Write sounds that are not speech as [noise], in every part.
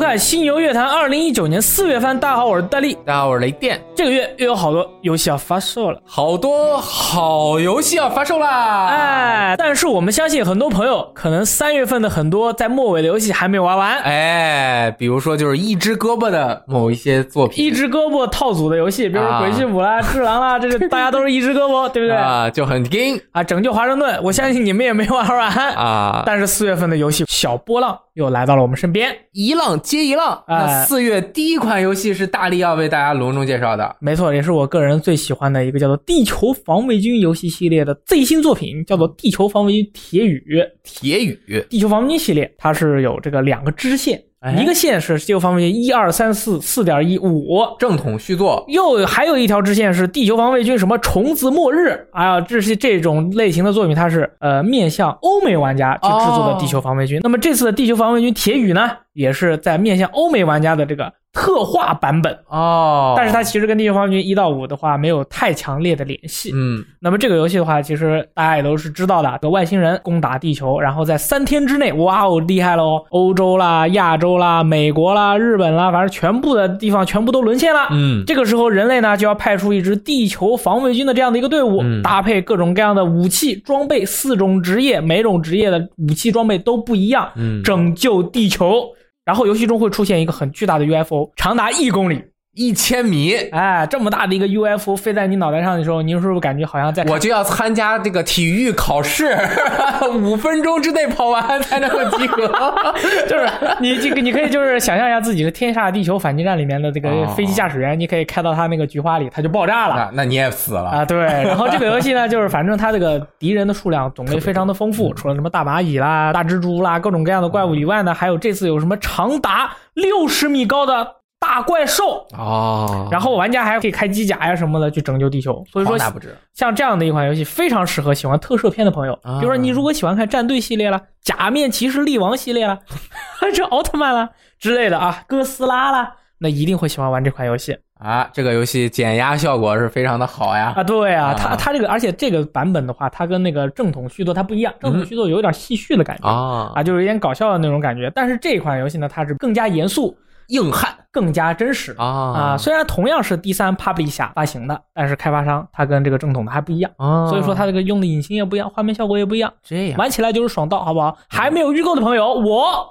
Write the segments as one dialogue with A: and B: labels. A: 看《新游乐坛》二零一九年四月番，大家好，我是戴笠。
B: 大家好，我是雷电。
A: 这个月又有好多游戏要发售了，
B: 好多好游戏要发售啦！，啊
A: 哎，但是我们相信很多朋友可能三月份的很多在末尾的游戏还没有玩完，
B: 哎，比如说就是一只胳膊的某一些作品，
A: 一只胳膊套组的游戏，比如说
B: 啊
A: 鬼畜捕啦、只狼啊啦，这
B: [laughs]
A: 是大家都是一只胳膊，对不对？
B: 啊就很硬
A: 啊，拯救华盛顿，我相信你们也没玩完。
B: 啊，
A: 但是四月份的游戏小波浪又来到了我们身边，
B: 一浪接一浪。
A: 哎
B: 那四月第一款游戏是大力要为大家隆重介绍的，
A: 没错，也是我个人最喜欢的一个叫做《地球防卫军》游戏系列的最新作品，叫做《地球防卫军铁雨》。
B: 铁雨。
A: 地球防卫军系列，它是有这个两个支线，
B: 哎
A: 一个线是地球防卫军一二三四四点一五，
B: 正统续作，
A: 又还有一条支线是地球防卫军什么虫子末日啊，这是这种类型的作品，它是呃面向欧美玩家去制作的
B: 哦
A: 地球防卫军。那么这次的地球防卫军铁雨呢，也是在面向欧美玩家的这个特化版本。
B: 哦，
A: 但是它其实跟《地球防卫军》一到五的话没有太强烈的联系。
B: 嗯，
A: 那么这个游戏的话，其实大家也都是知道的，这个外星人攻打地球，然后在三天之内，哇哦，厉害喽！欧洲啦、亚洲啦、美国啦、日本啦，反正全部的地方全部都沦陷了。
B: 嗯
A: 这个时候，人类呢就要派出一支地球防卫军的这样的一个队伍，
B: 嗯
A: 搭配各种各样的武器装备，四种职业，每种职业的武器装备都不一样，
B: 嗯，
A: 拯救地球。然后游戏中会出现一个很巨大的 UFO，长达一公里，
B: 一千米，
A: 哎，这么大的一个 UFO 飞在你脑袋上的时候，你是不是感觉好像在看
B: 我就要参加这个体育考试， [laughs] 五分钟之内跑完才能够及格。
A: [laughs] 就是 [laughs] 你这个，你可以就是想象一下自己是《天下地球反击战》里面的这个
B: 哦
A: 飞机驾驶员，你可以开到他那个菊花里，它就爆炸了。
B: [laughs] 那那你也死了。
A: 啊，对，然后这个游戏呢，就是反正它这个敌人的数量种类非常的丰富，
B: 嗯
A: 除了什么大蚂蚁啦、大蜘蛛啦、各种各样的怪物以外呢，还有这次有什么长达六十米高的大怪兽，
B: 哦，
A: 然后玩家还可以开机甲呀什么的去拯救地球。所以说
B: 那，不止。
A: 像这样的一款游戏非常适合喜欢特摄片的朋友，比
B: 啊
A: 如说你如果喜欢看战队系列啦、假面骑士力王系列啦、 [laughs] 这奥特曼啦之类的啊、哥斯拉啦，那一定会喜欢玩这款游戏
B: 啊，这个游戏减压效果是非常的好呀。
A: 啊。对啊，它
B: 啊
A: 它这个而且这个版本的话，它跟那个正统续作它不一样，正统续作有点戏谑的感觉、
B: 嗯啊，
A: 啊，就是有点搞笑的那种感觉，但是这款游戏呢，它是更加严肃、
B: 硬汉
A: 更加真实
B: 啊
A: 啊。虽然同样是第三 publish 下发行的，但是开发商它跟这个正统的还不一样。
B: 啊
A: 所以说它这个用的引擎也不一样，画面效果也不一样，
B: 这样。
A: 玩起来就是爽到，好不好？还没有预购的朋友，我，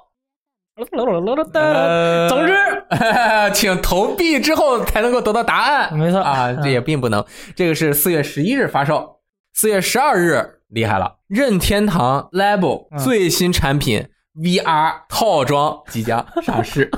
B: 呃
A: 总之，
B: [laughs] 请投币之后才能够得到答案。
A: 没错
B: 啊，
A: 嗯
B: 这也并不能。这个是四月十一日发售，四月十二日厉害了，任天堂 Labo
A: 嗯
B: 最新产品 VR 套装即将上市。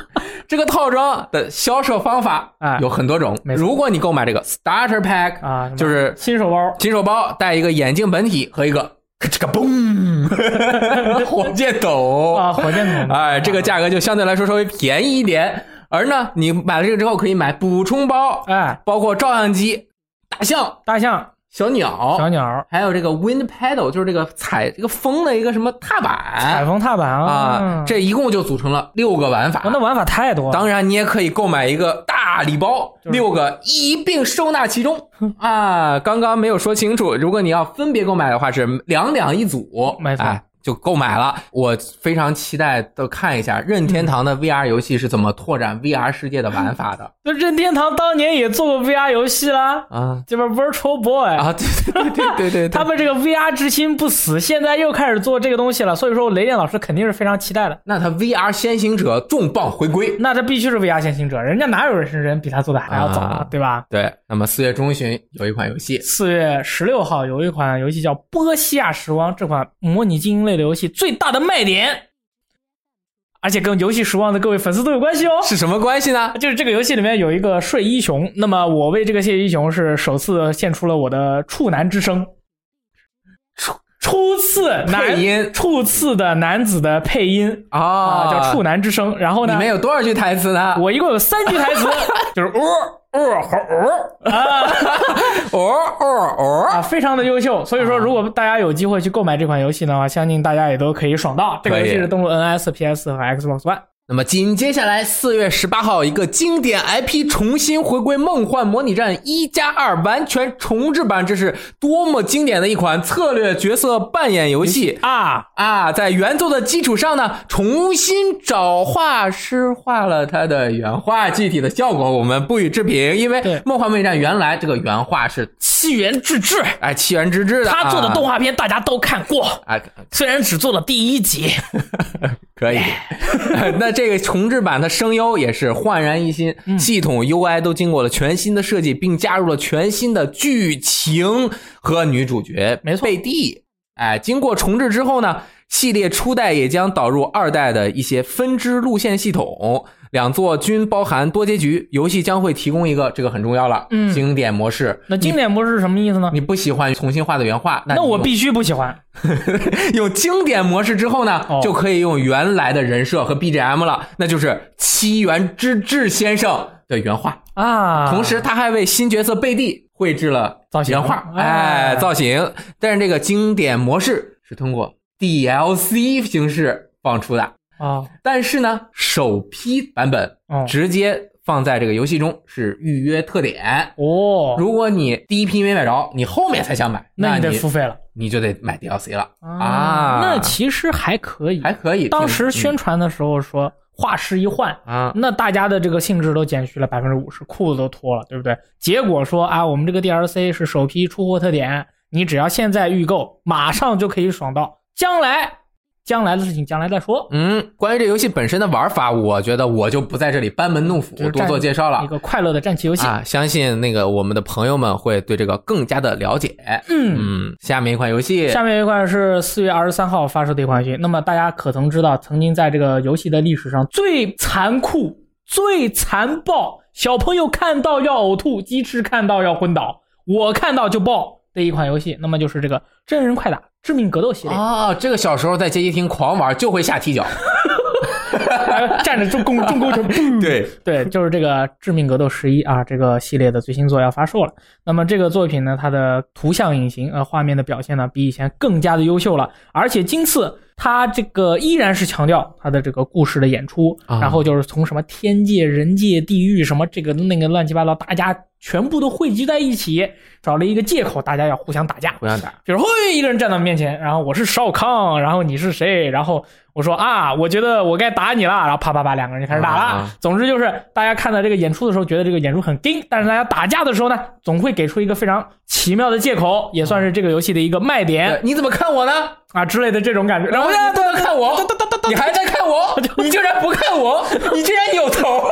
B: 这个套装的销售方法
A: 哎
B: 有很多种。
A: 没错
B: 如果你购买这个 Starter Pack
A: 啊什么
B: 就是
A: 新手包，
B: 金手包带一个眼镜本体和一个咔哧个嘣 [laughs] 火箭筒
A: 啊火箭筒
B: 哎，这个价格就相对来说稍微便宜一点。而呢，你买了这个之后可以买补充包，
A: 哎，
B: 包括照相机、大象、
A: 大象、
B: 小鸟，
A: 小鸟、
B: 还有这个 wind paddle，就是这个踩这个风的一个什么踏
A: 海
B: 板
A: 风踏板
B: 哎啊，
A: 嗯
B: 这一共就组成了六个玩法
A: 哇。那玩法太多了。
B: 当然，你也可以购买一个大礼包，
A: 是
B: 六个一并收纳其
A: [laughs]
B: 中啊。刚刚没有说清楚，如果你要分别购买的话，是两两一组，
A: 没错
B: 哎就购买了。我非常期待的看一下任天
A: 嗯
B: 堂的 VR 游戏是怎么拓展 VR 世界的玩法
A: [laughs]
B: 的
A: 那任天堂当年也做过 VR 游戏啦，
B: 啊
A: 这边 Virtual Boy，、
B: 啊！对对对对对
A: [laughs]
B: 对，
A: 他们这个 VR 之心不死，现在又开始做这个东西了，所以说雷电老师肯定是非常期待的。
B: 那他 VR 先行者重磅回归。
A: 那这必须是 VR 先行者，人家哪有人比他做的还要早呢，
B: 啊
A: 对吧？
B: 对，那么四月中旬有一款游
A: [laughs]
B: 戏
A: 四月十六号有一款游戏叫《波西亚时光》，这款模拟经营类的游戏最大的卖点，而且跟游戏时光的各位粉丝都有关系哦。
B: 是什么关系呢？
A: 就是这个游戏里面有一个睡衣熊，那么我为这个睡衣熊是首次献出了我的处男之声，初初次男
B: 配音
A: 初次的男子的配音啊、
B: 啊
A: 叫处男之声。然后呢
B: 里，面有多少句台词呢？
A: 我一共有三句
B: [laughs]
A: 台词，就是哦哦和哦啊。
B: 哦哦哦！
A: 啊，非常的优秀。所以
B: 啊
A: 说，如果大家有机会去购买这款游戏的话，相信大家也都可以爽到。这个游戏
B: 可以
A: 是登陆 NS、PS 和 Xbox One。
B: 那么紧接下来四月十八号，一个经典 IP 重新回归《梦幻模拟战一加二》完全重置版，这是多么经典的一款策略角色扮演游戏
A: 啊！
B: 啊！在原作的基础上呢，重新找画师画了它的原画，具体的效果我们不予置评，因为
A: 对
B: 《梦幻模拟战》原来这个原画是
A: 七元制制，
B: 哎七元之制的，
A: 他做的动
B: 画
A: 画片大家都看过，
B: 哎
A: 虽然只做了第一集，
B: [laughs] 可以，那这个重置版的声优也是焕然一新，
A: 嗯
B: 系统 UI 都经过了全新的设计，并加入了全新的剧情和女主角
A: 没错
B: 贝蒂。哎，经过重置之后呢，系列初代也将导入二代的一些分支路线系统，两座均包含多结局。游戏将会提供一个这个很重要了，
A: 嗯
B: 经典模式。
A: 那经典模式是什么意思呢？
B: 你不喜欢重新画的原画，那
A: 那
B: 你
A: 我
B: 用
A: 必须不喜欢。
B: [laughs] 有经典模式之后呢，
A: 哦
B: 就可以用原来的人设和 BGM 了，那就是七原之治先生的原画。
A: 啊，
B: 同时，他还为新角色贝蒂绘制了
A: 造型
B: 原画，
A: 哎
B: 哎，造型。但是这个经典模式是通过 DLC 形式放出的，
A: 啊，
B: 但是呢，首批版本
A: 哦
B: 直接放在这个游戏中是预约特点。
A: 哦，
B: 如果你第一批没买着，你后面才想买，
A: 那
B: 那
A: 你得
B: 你
A: 付费了
B: 你就得买 DLC 了啊。
A: 那其实还可以，
B: 还可以。
A: 当时
B: 挺
A: 宣传的时候说画师一换，
B: 嗯啊，
A: 那大家的这个兴致都减去了百分之五十，裤子都脱了，对不对？结果说啊，我们这个 DLC 是首批出货特点，你只要现在预购，马上就可以爽到。将来，将来的事情将来再说。
B: 嗯，关于这游戏本身的玩法，我觉得我就不在这里班门弄斧
A: 就是
B: 多做介绍
A: 一
B: 了
A: 个快乐的战棋游戏，
B: 啊。相信那个我们的朋友们会对这个更加的了解。
A: 嗯。
B: 嗯，下面一款游戏
A: 下面一款是四月二十三号发售的一款游戏。那么大家可曾知道，曾经在这个游戏的历史上最残酷、最残暴，小朋友看到要呕吐，鸡翅看到要昏倒，我看到就爆的一款游戏，那么就是这个真人快打《致命格斗》系列， [laughs]
B: 啊，这个小时候在街机厅狂玩就会下踢脚。
A: 哎站着重攻重攻就 [laughs] 砰
B: 对，
A: [laughs] 对，就是这个《致命格斗十一》啊，这个系列的最新作要发售了。那么这个作品呢，它的图像引擎呃画面的表现呢，比以前更加的优秀了，而且今次它这个依然是强调它的这个故事的演出，
B: 啊
A: 然后就是从什么天界、人界、地狱什么这个那个乱七八糟，大家全部都汇集在一起，找了一个借口，大家要互相打架。
B: 不想打。
A: 比如说，嘿，一个人站到面前，然后我是少康，然后你是谁？然后我说啊，我觉得我该打你了，然后啪啪啪，两个人就开始打了。
B: 啊
A: 总之就是，大家看到这个演出的时候，觉得这个演出很硬，但是大家打架的时候呢，总会给出一个非常奇妙的借口，也算是这个游戏的一个卖点
B: 对你怎么看我呢？
A: 啊之类的这种感觉。然后
B: 你不能看我，你还在
A: [laughs]
B: 看我，你竟然不看我，你竟然扭头，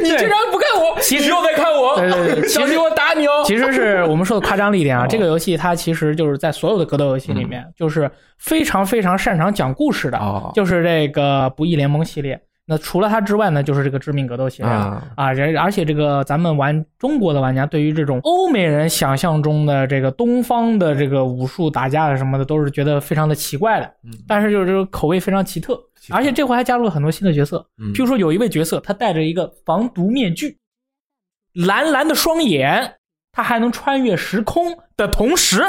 B: 你竟然不看我，
A: 其实
B: 你又在看我，
A: 对对对
B: 小
A: 其
B: 心
A: 实
B: 我打你哦。
A: 其实是我们说的夸张了一点啊，这个游戏它其实就是在所有的格斗游戏里面，就是非常非常擅长讲故事的，
B: 哦
A: 就是这个《不义联盟》系列。那除了它之外呢，就是这个《致命格斗》系列了。
B: 啊，
A: 啊，人而且这个咱们玩中国的玩家，对于这种欧美人想象中的这个东方的这个武术打架啊什么的，都是觉得非常的奇怪的。
B: 嗯
A: 但是就是这个口味非常奇特，
B: 奇特
A: 而且这回还加入了很多新的角色，
B: 嗯
A: 譬如说有一位角色，他戴着一个防毒面具，蓝蓝的双眼，他还能穿越时空的同时，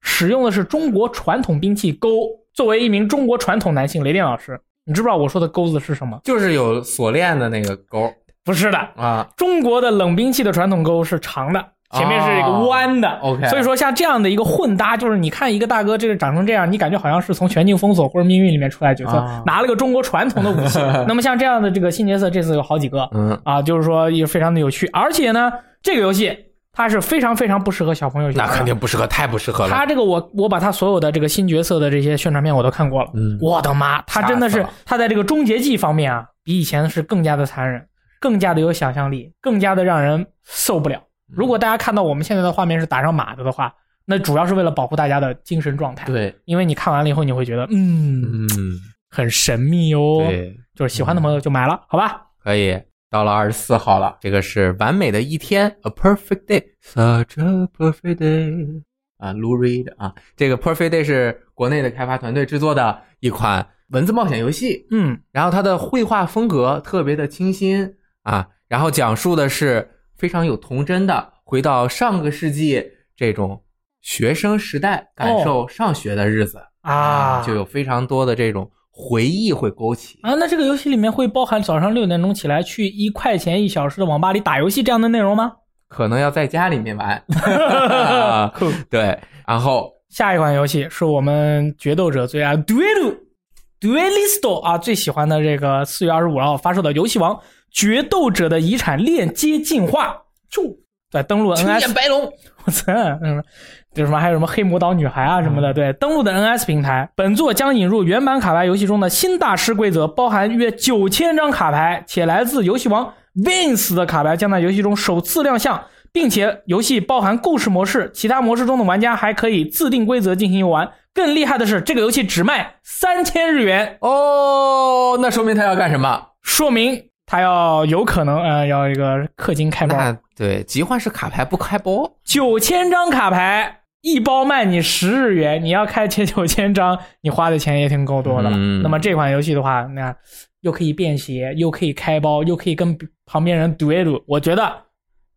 A: 使用的是中国传统兵器钩。作为一名中国传统男性，雷电老师，你知不知道我说的钩子是什么？
B: 就是有锁链的那个钩
A: 不是的，
B: 啊，
A: 中国的冷兵器的传统钩是长的，前面是一个弯的。
B: 哦，OK
A: 所以说像这样的一个混搭，就是你看一个大哥这个长成这样，你感觉好像是从《全境封锁》或者《命运》里面出来角色，
B: 啊
A: 拿了个中国传统的武
B: [laughs]
A: 器。那么像这样的这个新角色，这次有好几个
B: 嗯，
A: 啊，就是说也非常的有趣，而且呢，这个游戏它是非常非常不适合小朋友去
B: 那
A: 玩的。
B: 肯定不适合，太不适合了。
A: 他这个我我把他所有的这个新角色的这些宣传片我都看过了，
B: 嗯
A: 我的妈，他真的
B: 吓死
A: 是
B: 了
A: 他在这个终结技方面啊，比以前是更加的残忍，更加的有想象力，更加的让人受不了。
B: 嗯
A: 如果大家看到我们现在的画面是打上码的的话，那主要是为了保护大家的精神状态，
B: 对，
A: 因为你看完了以后你会觉得嗯
B: 嗯，
A: 很神秘哦，
B: 对，
A: 就是喜欢的朋友就买了，好吧？
B: 可以。到了二十四号了，这个是完美的一天，A perfect day，such a perfect day。啊，Lou Reed 啊，这个 Perfect Day 是国内的开发团队制作的一款文字冒险游戏，
A: 嗯，
B: 然后它的绘画风格特别的清新啊，然后讲述的是非常有童真的，回到上个世纪这种哦学生时代，感受上学的日子
A: 啊
B: 嗯就有非常多的这种回忆会勾起。
A: 啊，那这个游戏里面会包含早上六点钟起来去一块钱一小时的网吧里打游戏这样的内容吗？
B: 可能要在家里面 [laughs] 玩。
A: 酷
B: 对，然后
A: 下一款游戏是我们决斗者最爱 Duel Duelisto 啊最喜欢的这个四月二十五号发售的游戏王《决斗者的遗产链接进化》，就在登录
B: 青
A: NS
B: 眼白龙，
A: 我操，嗯， [laughs] 就是什么还有什么黑魔岛女孩啊什么的，对，登录的 NS 平台。本作将引入原版卡牌游戏中的新大师规则，包含约九千张卡牌，且来自游戏王 Vince 的卡牌将在游戏中首次亮相，并且游戏包含故事模式，其他模式中的玩家还可以自定规则进行游玩。更厉害的是，这个游戏只卖三千日元，
B: 哦，那说明他要干什么？
A: 说明它要有可能呃要一个氪金开包。
B: 那对，集幻式卡牌不开包，
A: 九千张卡牌，一包卖你十日元，你要开这九千张，你花的钱也挺够多的了。
B: 嗯
A: 那么这款游戏的话，那又可以便携，又可以开包，又可以跟旁边人 duel，我觉得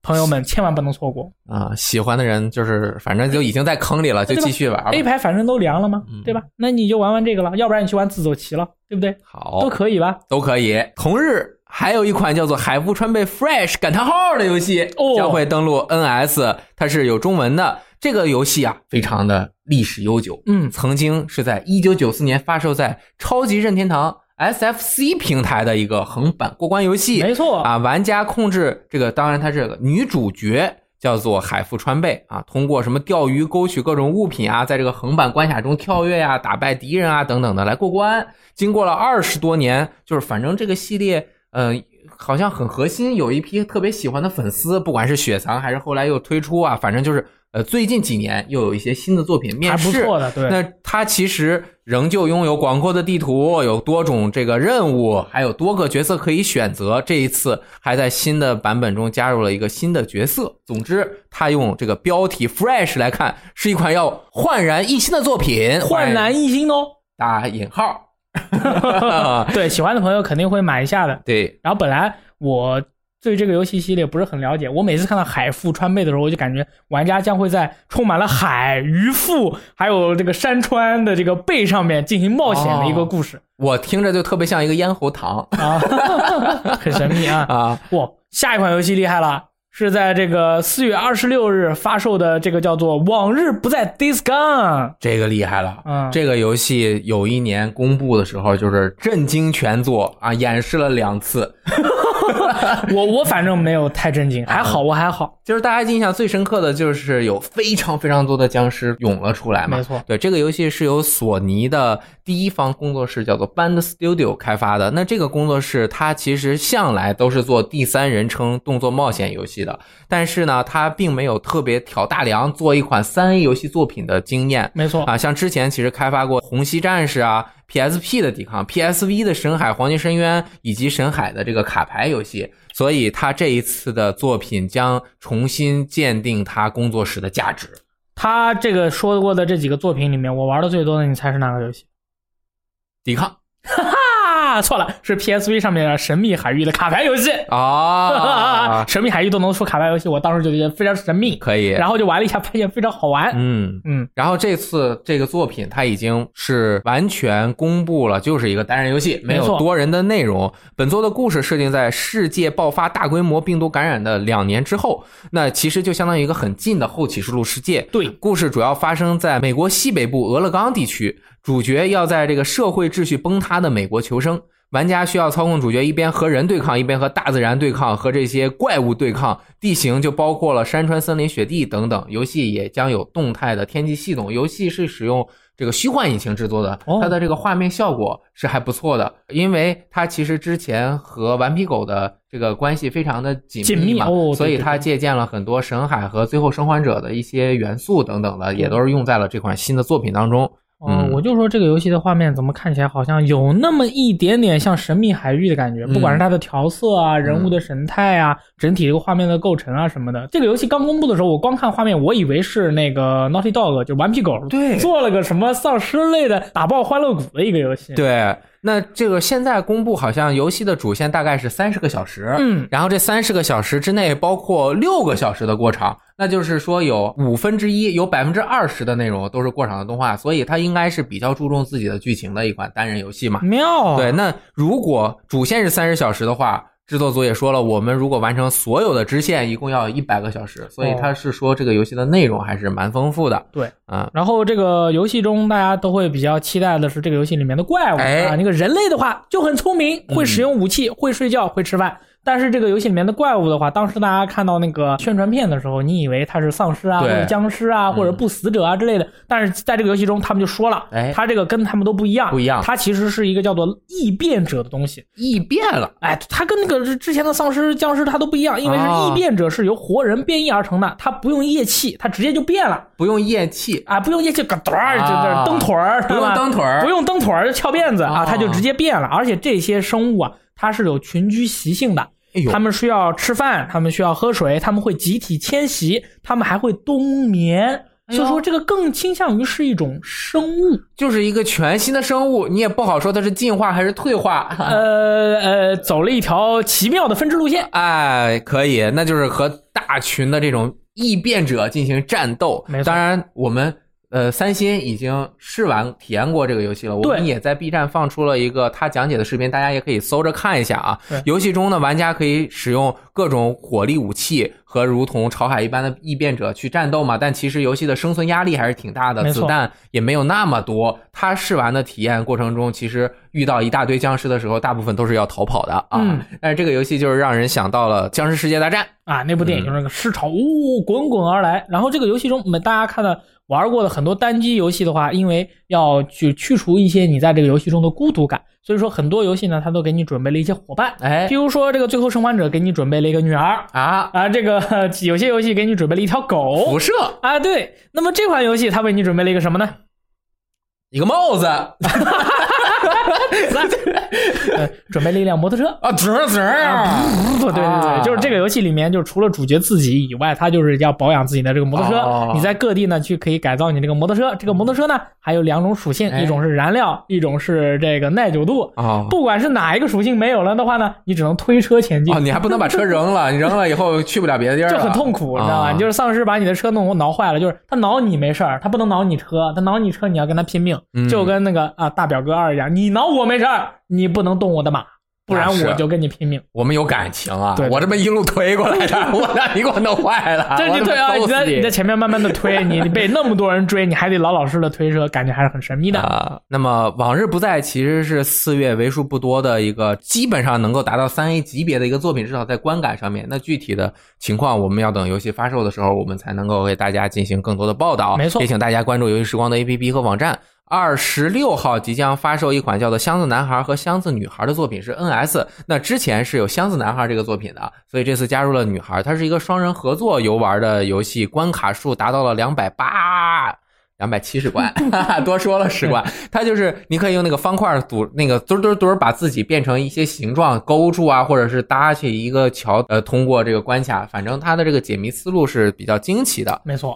A: 朋友们千万不能错过。
B: 啊、喜欢的人就是反正就已经在坑里了，就
A: 对吧哎
B: 继续玩吧。
A: A 牌反正都凉了嘛，
B: 嗯
A: 对吧？那你就玩玩这个了，要不然你去玩自走棋了，对不对？
B: 好，
A: 都可以吧。
B: 都可以。同日，还有一款叫做《海部川贝 Fresh 感叹号》的游戏
A: 哦
B: 将会登陆 NS，它是有中文的。这个游戏啊，非常的历史悠久，
A: 嗯，
B: 曾经是在一九九四年发售在超级任天堂 SFC 平台的一个横版过关游戏。
A: 没错，
B: 啊，玩家控制这个，当然它这个女主角叫做海富川贝啊，通过什么钓鱼勾取各种物品啊，在这个横版关卡中跳跃呀、打败敌人啊等等的来过关。经过了二十多年，就是反正这个系列，呃。好像很核心，有一批特别喜欢的粉丝，不管是雪藏还是后来又推出啊，反正就是呃，最近几年又有一些新的作品面
A: 还
B: 世，
A: 不错的，对。
B: 那它其实仍旧拥有广阔的地图，有多种这个任务，还有多个角色可以选择。这一次还在新的版本中加入了一个新的角色。总之，它用这个标题 “fresh” 来看，是一款要焕然一新的作品。
A: 焕然一新哦，
B: 打引号。
A: [laughs]
B: 哎
A: 对，喜欢的朋友肯定会买一下的。
B: 对，
A: 然后本来我对这个游戏系列不是很了解，我每次看到海富川贝的时候，我就感觉玩家将会在充满了海、鱼腹还有这个山川的这个背上面进行冒险的一个故事、
B: 我听着就特别像一个咽喉糖
A: 啊， [laughs] 很神秘啊。
B: 啊。
A: 哇，下一款游戏厉害了。是在这个四月二十六日发售的这个叫做《往日不再 Days Gone》，
B: 这个厉害了，
A: 嗯
B: 这个游戏有一年公布的时候就是震惊全作啊，演示了两次，
A: 我我反正没有太震惊，还好我还好，
B: 就是大家印象最深刻的就是有非常非常多的僵尸涌了出来嘛。
A: 没错
B: 对这个游戏是由索尼的第一方工作室叫做 Band Studio 开发的。那这个工作室它其实向来都是做第三人称动作冒险游戏的，但是呢，它并没有特别挑大梁做一款三 A 游戏作品的经验。
A: 没错，
B: 啊，像之前其实开发过《红溪战士》啊、PSP 的抵抗、PSV 的《神海黄金深渊》以及《神海》的这个卡牌游戏，所以他这一次的作品将重新鉴定他工作室的价值。
A: 他这个说过的这几个作品里面，我玩的最多的，你猜是哪个游戏？
B: 抵抗
A: 啊，错了，是 PSV 上面的《神秘海域》的卡牌游戏。，
B: 啊
A: [laughs] 神秘海域都能出卡牌游戏，我当时就觉得非常神秘，
B: 可以，
A: 然后就玩了一下，发现非常好玩。
B: 嗯。
A: 嗯，
B: 然后这次这个作品它已经是完全公布了，就是一个单人游戏，
A: 没
B: 没有
A: 错
B: 多人的内容。本作的故事设定在世界爆发大规模病毒感染的两年之后，那其实就相当于一个很近的后启示录世界。
A: 对
B: 故事主要发生在美国西北部俄勒冈地区，主角要在这个社会秩序崩塌的美国求生。玩家需要操控主角一边和人对抗，一边和大自然对抗，和这些怪物对抗。地形就包括了山川、森林、雪地等等。游戏也将有动态的天气系统。游戏是使用这个虚幻引擎制作的，
A: 哦
B: 它的这个画面效果是还不错的，因为它其实之前和顽皮狗的这个关系非常的紧
A: 紧密
B: 密嘛，
A: 哦对
B: 所以
A: 对
B: 它
A: 对
B: 借鉴了很多《神海》和《最后生还者》的一些元素等等的，也都是用在了这款新的作品当中。
A: 哦
B: 嗯，
A: 我就说这个游戏的画面怎么看起来好像有那么一点点像《神秘海域》的感觉，
B: 嗯
A: 不管是它的调色啊、人物的神态啊、整体这个画面的构成啊什么的。这个游戏刚公布的时候，我光看画面，我以为是那个 Naughty Dog 就顽皮狗
B: 对
A: 做了个什么丧尸类的打爆欢乐谷的一个游戏。，
B: 对，那这个现在公布好像游戏的主线大概是三十个小时，
A: 嗯，
B: 然后这三十个小时之内包括六个小时的过场，那就是说有五分之一，有百分之二十的内容都是过场的动画，所以它应该是比较注重自己的剧情的一款单人游戏嘛。
A: 妙啊！
B: 对，那如果主线是三十小时的话，制作组也说了，我们如果完成所有的支线，一共要一百个小时，所以他是说这个游戏的内容还是蛮丰富的。
A: 对，
B: 啊、
A: 然后这个游戏中，大家都会比较期待的是这个游戏里面的怪物、
B: 哎
A: 啊。那个人类的话就很聪明，
B: 嗯
A: 会使用武器，会睡觉，会吃饭。但是这个游戏里面的怪物的话，当时大家看到那个宣传片的时候，你以为它是丧尸啊，或
B: 对嗯
A: 者僵尸啊，或者不死者啊之类的。但是在这个游戏中，他们就说了，
B: 哎
A: 它这个跟他们都不一样，
B: 不一样
A: 它其实是一个叫做异变者的东西。
B: 异变了，
A: 哎，它跟那个之之前的丧尸、僵尸它都不一样，因为是
B: 哦
A: 异变者是由活人变异而成的，它不用液气，它直接就变了。
B: 不用咽气，
A: 啊，不用液气，嘎噔儿，就
B: 啊
A: 是蹬腿儿，
B: 不用蹬腿
A: 腿
B: 儿，
A: 不用蹬腿儿，就翘辫子
B: 啊
A: 啊，它就直接变了。而且这些生物啊，它是有群居习性的，
B: 哎呦
A: 它，们需要吃饭，它们需要喝水，它们会集体迁徙，它们还会冬眠。
B: 哎呦
A: 所以说，这个更倾向于是一种生物，
B: 就是一个全新的生物，你也不好说它是进化还是退化。
A: 呃呃，走了一条奇妙的分支路线。
B: 哎，可以，那就是和大群的这种异变者进行战斗。
A: 没错
B: 当然我们。呃，三星已经试玩体验过这个游戏了，我们
A: 对
B: 也在 B 站放出了一个他讲解的视频，大家也可以搜着看一下啊
A: 对。
B: 游戏中呢，玩家可以使用各种火力武器和如同潮海一般的异变者去战斗嘛，但其实游戏的生存压力还是挺大的，
A: 没
B: 子
A: 错
B: 弹也没有那么多。他试玩的体验过程中，其实遇到一大堆僵尸的时候，大部分都是要逃跑的啊。
A: 嗯
B: 但是这个游戏就是让人想到了《僵尸世界大战》，
A: 啊，那部电影就是那个尸潮呜、滚滚而来。然后这个游戏中，我嗯们大家看到玩过的很多单机游戏的话，因为要去去除一些你在这个游戏中的孤独感，所以说很多游戏呢，它都给你准备了一些伙伴，
B: 哎
A: 比如说这个《最后生还者》给你准备了一个女儿
B: 啊，
A: 啊，这个呵有些游戏给你准备了一条狗
B: 辐射
A: 啊，对。那么这款游戏它为你准备了一个什么呢？ [laughs]
B: 一个帽子啊，
A: 呃，准备了一辆摩托车。
B: 侄儿侄
A: [laughs]
B: 儿，
A: 对对
B: 啊
A: 对，就是这个游戏里面，就除了主角自己以外，他就是要保养自己的这个摩托
B: 哦
A: 车。你在各地呢去可以改造你这个摩托车。这个摩托车呢还有两种属性，
B: 哎
A: 一种是燃料，一种是这个耐久度。
B: 哦
A: 不管是哪一个属性没有了的话呢，你只能推车前进
B: 哦，，你还不能把车扔了，你扔了以后去不了别的地儿，
A: 就很。痛苦，
B: 啊
A: 你知道吧？你就是丧尸把你的车弄挠坏了，就是他挠你没事儿，他不能挠你车，他挠你车你要跟他拼命
B: 嗯，
A: 就跟那个啊大表哥二一样，你挠我没事儿，你不能动我的马，不然
B: 那啊是
A: 我就跟你拼命。
B: 我们有感情啊
A: 对！对
B: 我这么一路推过来的，我让你给我弄坏了，
A: 对你
B: 我他妈
A: 对啊，
B: 揍
A: 你在
B: 死
A: 你在前面慢慢的推，你你被那么多人追，你还得老老实实的推车，感觉还是很神秘的。
B: 啊、那么《往日不再》其实是四月为数不多的一个基本上能够达到三 A 级别的一个作品，至少在观感上面。那具体的情况，我们要等游戏发售的时候，我们才能够为大家进行更多的报道。啊
A: 没错
B: 也请大家关注游戏时光的 APP 和网站。二十六号即将发售一款叫做《箱子男孩》和《箱子女孩》的作品，是 NS。那之前是有《箱子男孩》这个作品的，所以这次加入了女孩，它是一个双人合作游玩的游戏，关卡数达到了两百八。两百七十
A: [laughs]
B: 关，哈哈，多说了十关。它就是你可以用那个方块组那个墩墩墩，把自己变成一些形状勾住啊，或者是搭起一个桥，呃，通过这个关卡。反正它的这个解谜思路是比较惊奇的。
A: 没错，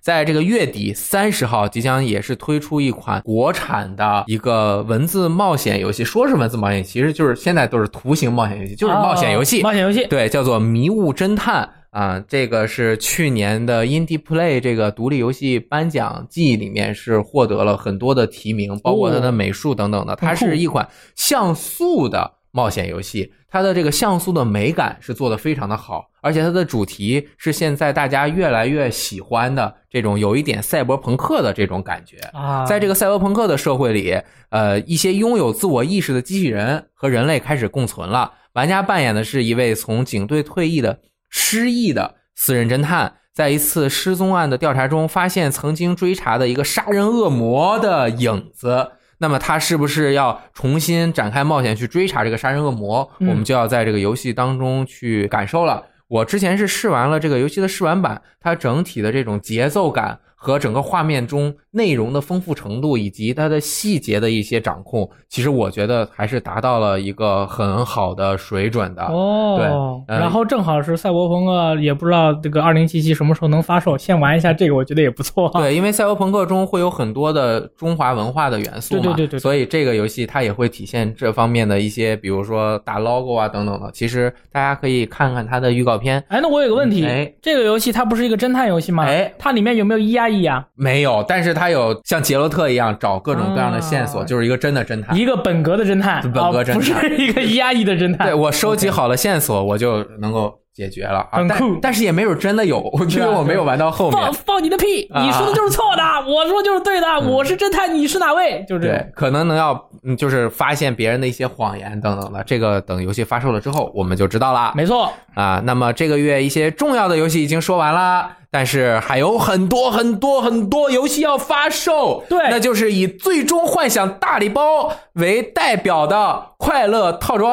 B: 在这个月底三十号，即将也是推出一款国产的一个文字冒险游戏，说是文字冒险，其实就是现在都是图形冒险游戏，就是冒险游戏。
A: 啊冒险游戏。
B: 对，叫做《迷雾侦探》啊、这个是去年的 Indie Play 这个独立游戏颁奖季里面是获得了很多的提名，包括它的美术等等
A: 嗯
B: 的。它是一款像素的冒险游戏，它的这个像素的美感是做的非常的好，而且它的主题是现在大家越来越喜欢的这种有一点赛博朋克的这种感觉。
A: 啊，
B: 在这个赛博朋克的社会里，呃，一些拥有自我意识的机器人和人类开始共存了。玩家扮演的是一位从警队退役的失忆的私人侦探，在一次失踪案的调查中，发现曾经追查的一个杀人恶魔的影子。那么他是不是要重新展开冒险去追查这个杀人恶魔？
A: 嗯
B: 我们就要在这个游戏当中去感受了。我之前是试完了这个游戏的试玩版，它整体的这种节奏感和整个画面中内容的丰富程度以及它的细节的一些掌控，其实我觉得还是达到了一个很好的水准的。
A: 哦，
B: 对呃
A: 然后正好是赛博朋克，也不知道这个二零七七什么时候能发售，先玩一下这个，我觉得也不错。
B: 对，因为赛博朋克中会有很多的中华文化的元素嘛，
A: 对对对对对
B: 所以这个游戏它也会体现这方面的一些，比如说大 logo 啊等等的。其实大家可以看看它的预告片，
A: 哎，那我有个问题，
B: 哎
A: 这个游戏它不是一个侦探游戏吗？
B: 哎
A: 它里面有没有咿呀咿呀？
B: 没有，但是它有像杰洛特一样找各种各样的线索，
A: 啊
B: 就是一个真的侦探。
A: 一个本格的侦探，
B: 本格侦
A: 哦、
B: 探
A: 不是一个咿呀咿的侦探。
B: 对我收集好了线索，我就能够解决了啊。
A: 很酷
B: 但但是也没有真的有， [laughs] 我觉得
A: 对啊
B: 我没有玩到后面。
A: 放放你的屁！
B: 啊嗯
A: 你说的就是错的，我说的就是对的。我是侦探，你是哪位？就是这
B: 对
A: 种。，
B: 可能能要嗯就是发现别人的一些谎言等等的，这个等游戏发售了之后我们就知道啦。
A: 没错，
B: 啊，那么这个月一些重要的游戏已经说完啦，但是还有很多很多很多游戏要发售。
A: 对
B: 那就是以《最终幻想大礼包》为代表的快乐套装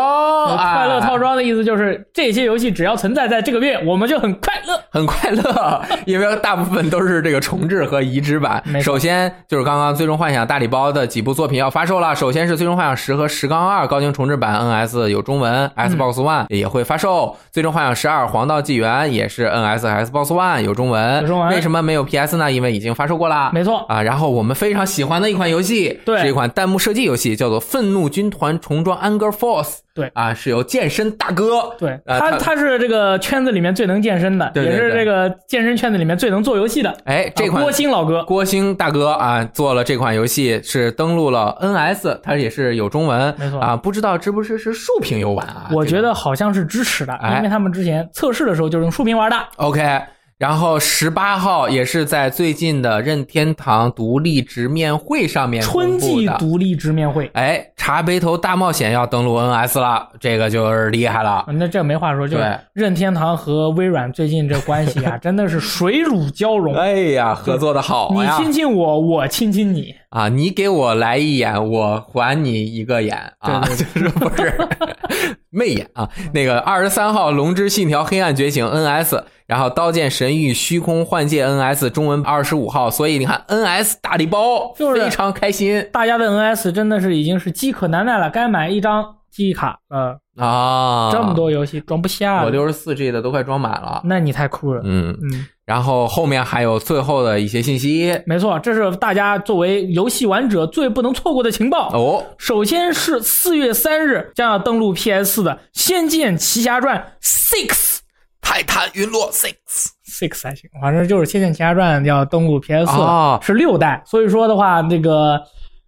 A: 呃
B: 啊，
A: 嗯快乐套装的意思就是这些游戏只要存在在这个月，我们就很快乐。
B: 很快乐，因为大部分都是这个重置和移植版
A: 没。错
B: 首先就是刚刚《最终幻想大礼包》的几部作品要发售了，首先是《最终幻想十》和《十杠二》高清重置版 NS 有中文，Xbox
A: 嗯
B: One 也会发售，最终幻想十二》《黄道纪元》也是 NS 和 Xbox One 有中文。
A: 有中文
B: 为什么没有 PS 呢？因为已经发售过啦。
A: 没错，
B: 啊，然后我们非常喜欢的一款游戏，
A: 对
B: 是一款弹幕射击游戏，叫做《愤怒军团重装 Anger Force》。
A: 对
B: 啊，是由健身大哥
A: 对
B: 啊
A: 他，
B: 他
A: 他是这个圈子里面最能健身的，
B: 对对
A: 也是这
B: 对
A: 个健身圈子里面最能做游戏的。
B: 哎，这款
A: 啊郭鑫老哥，
B: 郭兴大哥啊，做了这款游戏是登录了 NS，它也是有中文，
A: 没错
B: 啊，不知道支不支持竖屏游玩啊？
A: 我
B: 这个
A: 觉得好像是支持的，
B: 哎
A: 因为他们之前测试的时候就是用竖屏玩的。
B: OK。然后十八号也是在最近的任天堂独立直面会上面
A: 春
B: 公布
A: 季
B: 的
A: 独立直面会，
B: 哎，茶杯头大冒险要登录 NS 了，这个就是厉害了
A: 啊。那这没话说，就
B: 对
A: 是任天堂和微软最近这关系
B: [laughs]
A: 啊，真的是水乳交融。
B: 哎呀，合作的好
A: 你
B: 呀！
A: 亲亲我，我亲亲你，
B: 啊，你给我来一眼，我还你一个眼啊，
A: 对
B: 就是不是 [laughs] 媚眼啊？那个二十三号《龙之信条：黑暗觉醒》NS，然后《刀剑神域：虚空幻界》NS，中文二十五号，所以你看 NS 大礼包，
A: 就是
B: 非常开心
A: 大家的 NS 真的是已经是饥渴难耐了，该买一张记忆卡。呃，
B: 啊！
A: 这么，多游戏装不下
B: 我
A: 了，
B: 六十四 G 的都快装满了。
A: 那你太酷了。
B: 嗯，
A: 嗯，
B: 然后后面还有最后的一些信息
A: 没错，这是大家作为游戏玩者最不能错过的情报。
B: 哦，
A: 首先是四月三日将要登陆 PS 的《仙剑奇侠传 Six
B: 《泰坦陨落 Six》。》
A: ，Six 还行，反正就是《仙剑奇侠传》要登陆 PS 了，
B: 哦
A: 是六代。所以说的话，那个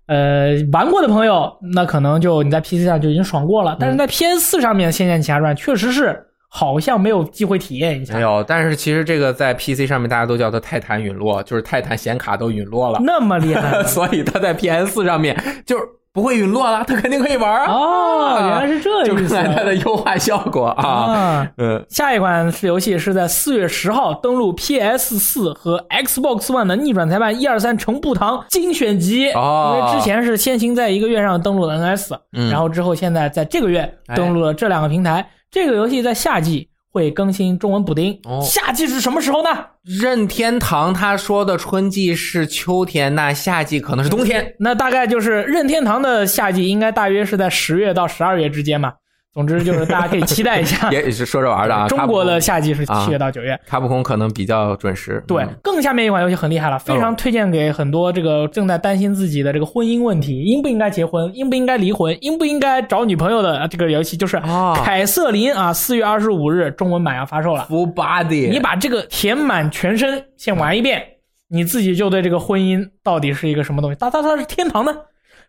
A: 呃玩过的朋友，那可能就你在 PC 上就已经爽过了，但
B: 嗯
A: 是在 PS 四上面，《仙剑奇侠传》确实是好像没有机会体验一下
B: 没。有，哎但是其实这个在 PC 上面大家都叫它泰坦陨落，就是泰坦显卡都陨落了，
A: 那么厉害
B: [laughs] 所以它在 PS 上面就是不会陨落了，它肯定可以玩啊，
A: 哦，原来是这
B: 就
A: 意
B: 看
A: 思
B: 看它的优化效果啊。
A: 啊！
B: 嗯，
A: 下一款是游戏是在四月十号登陆 PS 四和 Xbox One 的《逆转裁判一二三程步堂精选集》
B: 哦
A: 因为之前是先行在一个月上登陆了 NS，、
B: 嗯哎
A: 然后之后现在在这个月登陆了这两个平台。这个游戏在夏季会更新中文补丁，
B: 哦
A: 夏季是什么时候呢？
B: 任天堂他说的春季是秋天，那夏季可能是冬天。。
A: 那大概就是任天堂的夏季应该大约是在十月到十二月之间嘛。总之就是大家可以期待一下
B: [laughs] 也也是说着玩的啊，
A: 中国的夏季是
B: 啊
A: 七月到九月，
B: 卡普空可能比较准时。
A: 对
B: 嗯，
A: 更下面一款游戏很厉害了，非常推荐给很多这个正在担心自己的这个婚姻问
B: 嗯
A: 题，应不应该结婚，应不应该离婚，应不应该找女朋友的呃这个游戏，就是
B: 啊
A: 《凯瑟琳》啊，四月二十五日中文版要发售了。
B: ，Full Body，
A: 你把这个填满全身先玩一遍，你自己就对这个婚姻到底是一个什么东西？它它它是天堂呢，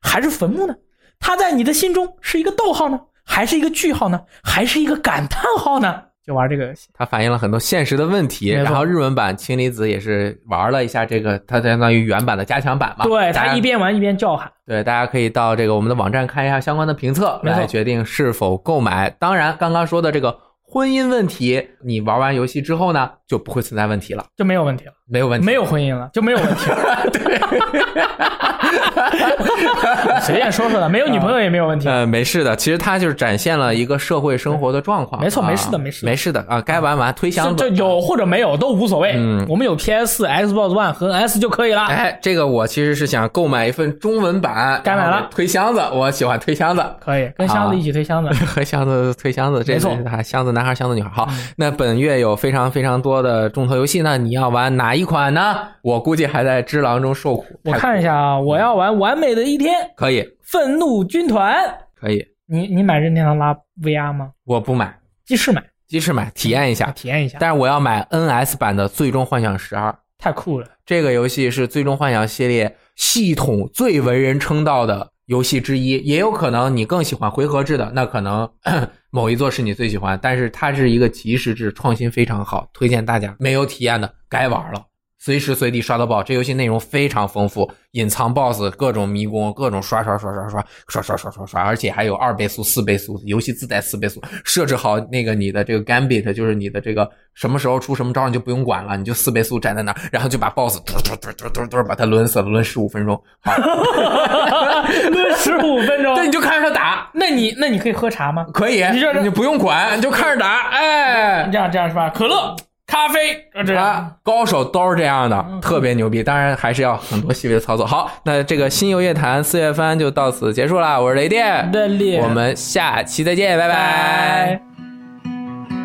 A: 还是坟墓呢？它在你的心中是一个逗号呢，还是一个句号呢，还是一个感叹号呢？就玩这个游戏。
B: 它反映了很多现实的问题。
A: 没错
B: 然后日文版《氢离子》也是玩了一下这个，它相当于原版的加强版嘛。
A: 对
B: 大
A: 他
B: 家
A: 一边玩一边叫喊。
B: 对，大家可以到这个我们的网站看一下相关的评测，
A: 没错
B: 来决定是否购买。当然，刚刚说的这个婚姻问题，你玩完游戏之后呢，就不会存在问题了，
A: 就没有问题了，
B: 没有问题，
A: 没有婚姻了，就没有
B: [laughs]
A: 问题了。对，随便说说的，没有女朋友也没有问题。
B: 呃，没事的，其实它就是展现了一个社会生活的状况。
A: 没错
B: 啊
A: 没事的没事的
B: 没事的啊，该玩玩，推
A: 就
B: 箱
A: 就
B: 子。
A: 有或者没有都无所谓
B: 嗯，
A: 我们有 PS、Xbox One 和 S 就可以了。
B: 哎，这个我其实是想购买一份中文版，
A: 该买了
B: 然后推箱子，我喜欢推箱子，
A: 可以
B: 啊
A: 跟箱子一起推箱子，
B: 和箱子 [laughs] 推箱子，这
A: 没
B: 次
A: 错嗯
B: 是他箱子男孩，箱子女孩。好，那本月有非常非常多的重头游戏，那你要玩哪一款呢？我估计还在《只狼》中受苦。
A: 我
B: 太苦
A: 看一下啊，我要玩《完美的一天》《
B: 可以，
A: 愤怒军团》。
B: 可以，
A: 你你买任天堂拉 VR 吗？
B: 我不买，
A: 鸡翅买，
B: 鸡翅买体验一下，
A: 体验一下，
B: 但是我要买 NS 版的《最终幻想十二》。
A: 太酷
B: [laughs]
A: 了。
B: 这个游戏是《最终幻想》系列系统最为人称道的游戏之一，也有可能你更喜欢回合制的，那可能 [clears throat] 某一座是你最喜欢，但是它是一个即时制，创新非常好，推荐大家没有体验的该玩了。随时随地刷到爆，这游戏内容非常丰富，隐藏 BOSS、各种迷宫、各种刷刷刷刷刷刷刷刷刷刷，而且还有二倍速、四倍速，游戏自带四倍速，设置好那个你的这个 Gambit，就是你的这个什么时候出什么招你就不用管了，你就四倍速站在那儿，然后就把 BOSS 突突突突突突把它抡死了，抡十五分钟，好，
A: 那十五分钟，
B: 对，你就看着他打，
A: 那你那你可以喝茶吗？
B: 可以，
A: 你
B: 你
A: 这这
B: 就不用管，你就看着打，哎，
A: 这样这样是吧？可乐、咖啡，这样。嗯
B: 啊，高手都是这样的，特别牛逼。当然还是要很多细微的操作。好，那这个新游乐坛四月番就到此结束啦。我是雷电，
A: 的脸，
B: 我们下期再见，拜拜
A: 拜。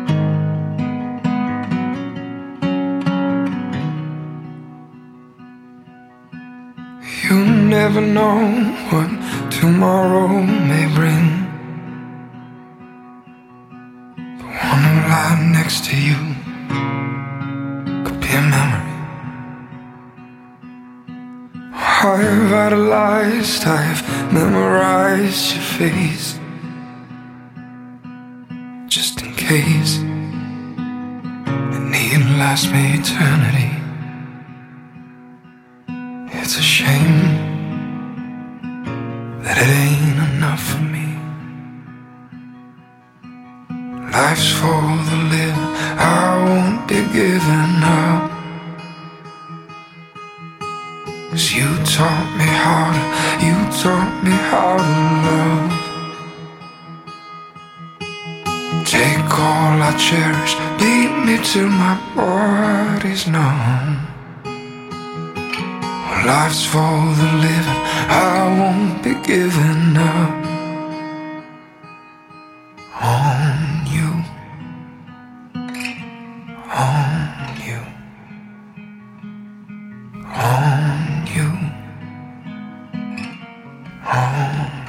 C: You never know what tomorrow may bring. But one who lies next to you could be a memory. I've idolized, I've memorized your face. Just in case it needn't last me eternity. It's a shame that it ain't enough for me. Life's full to live, I won't be giving up. 'Cause you taught me how to, you taught me how to love. Take all I cherish, beat me till my body's numb. Life's for the living, I won't be giving up on you. On you. On you. On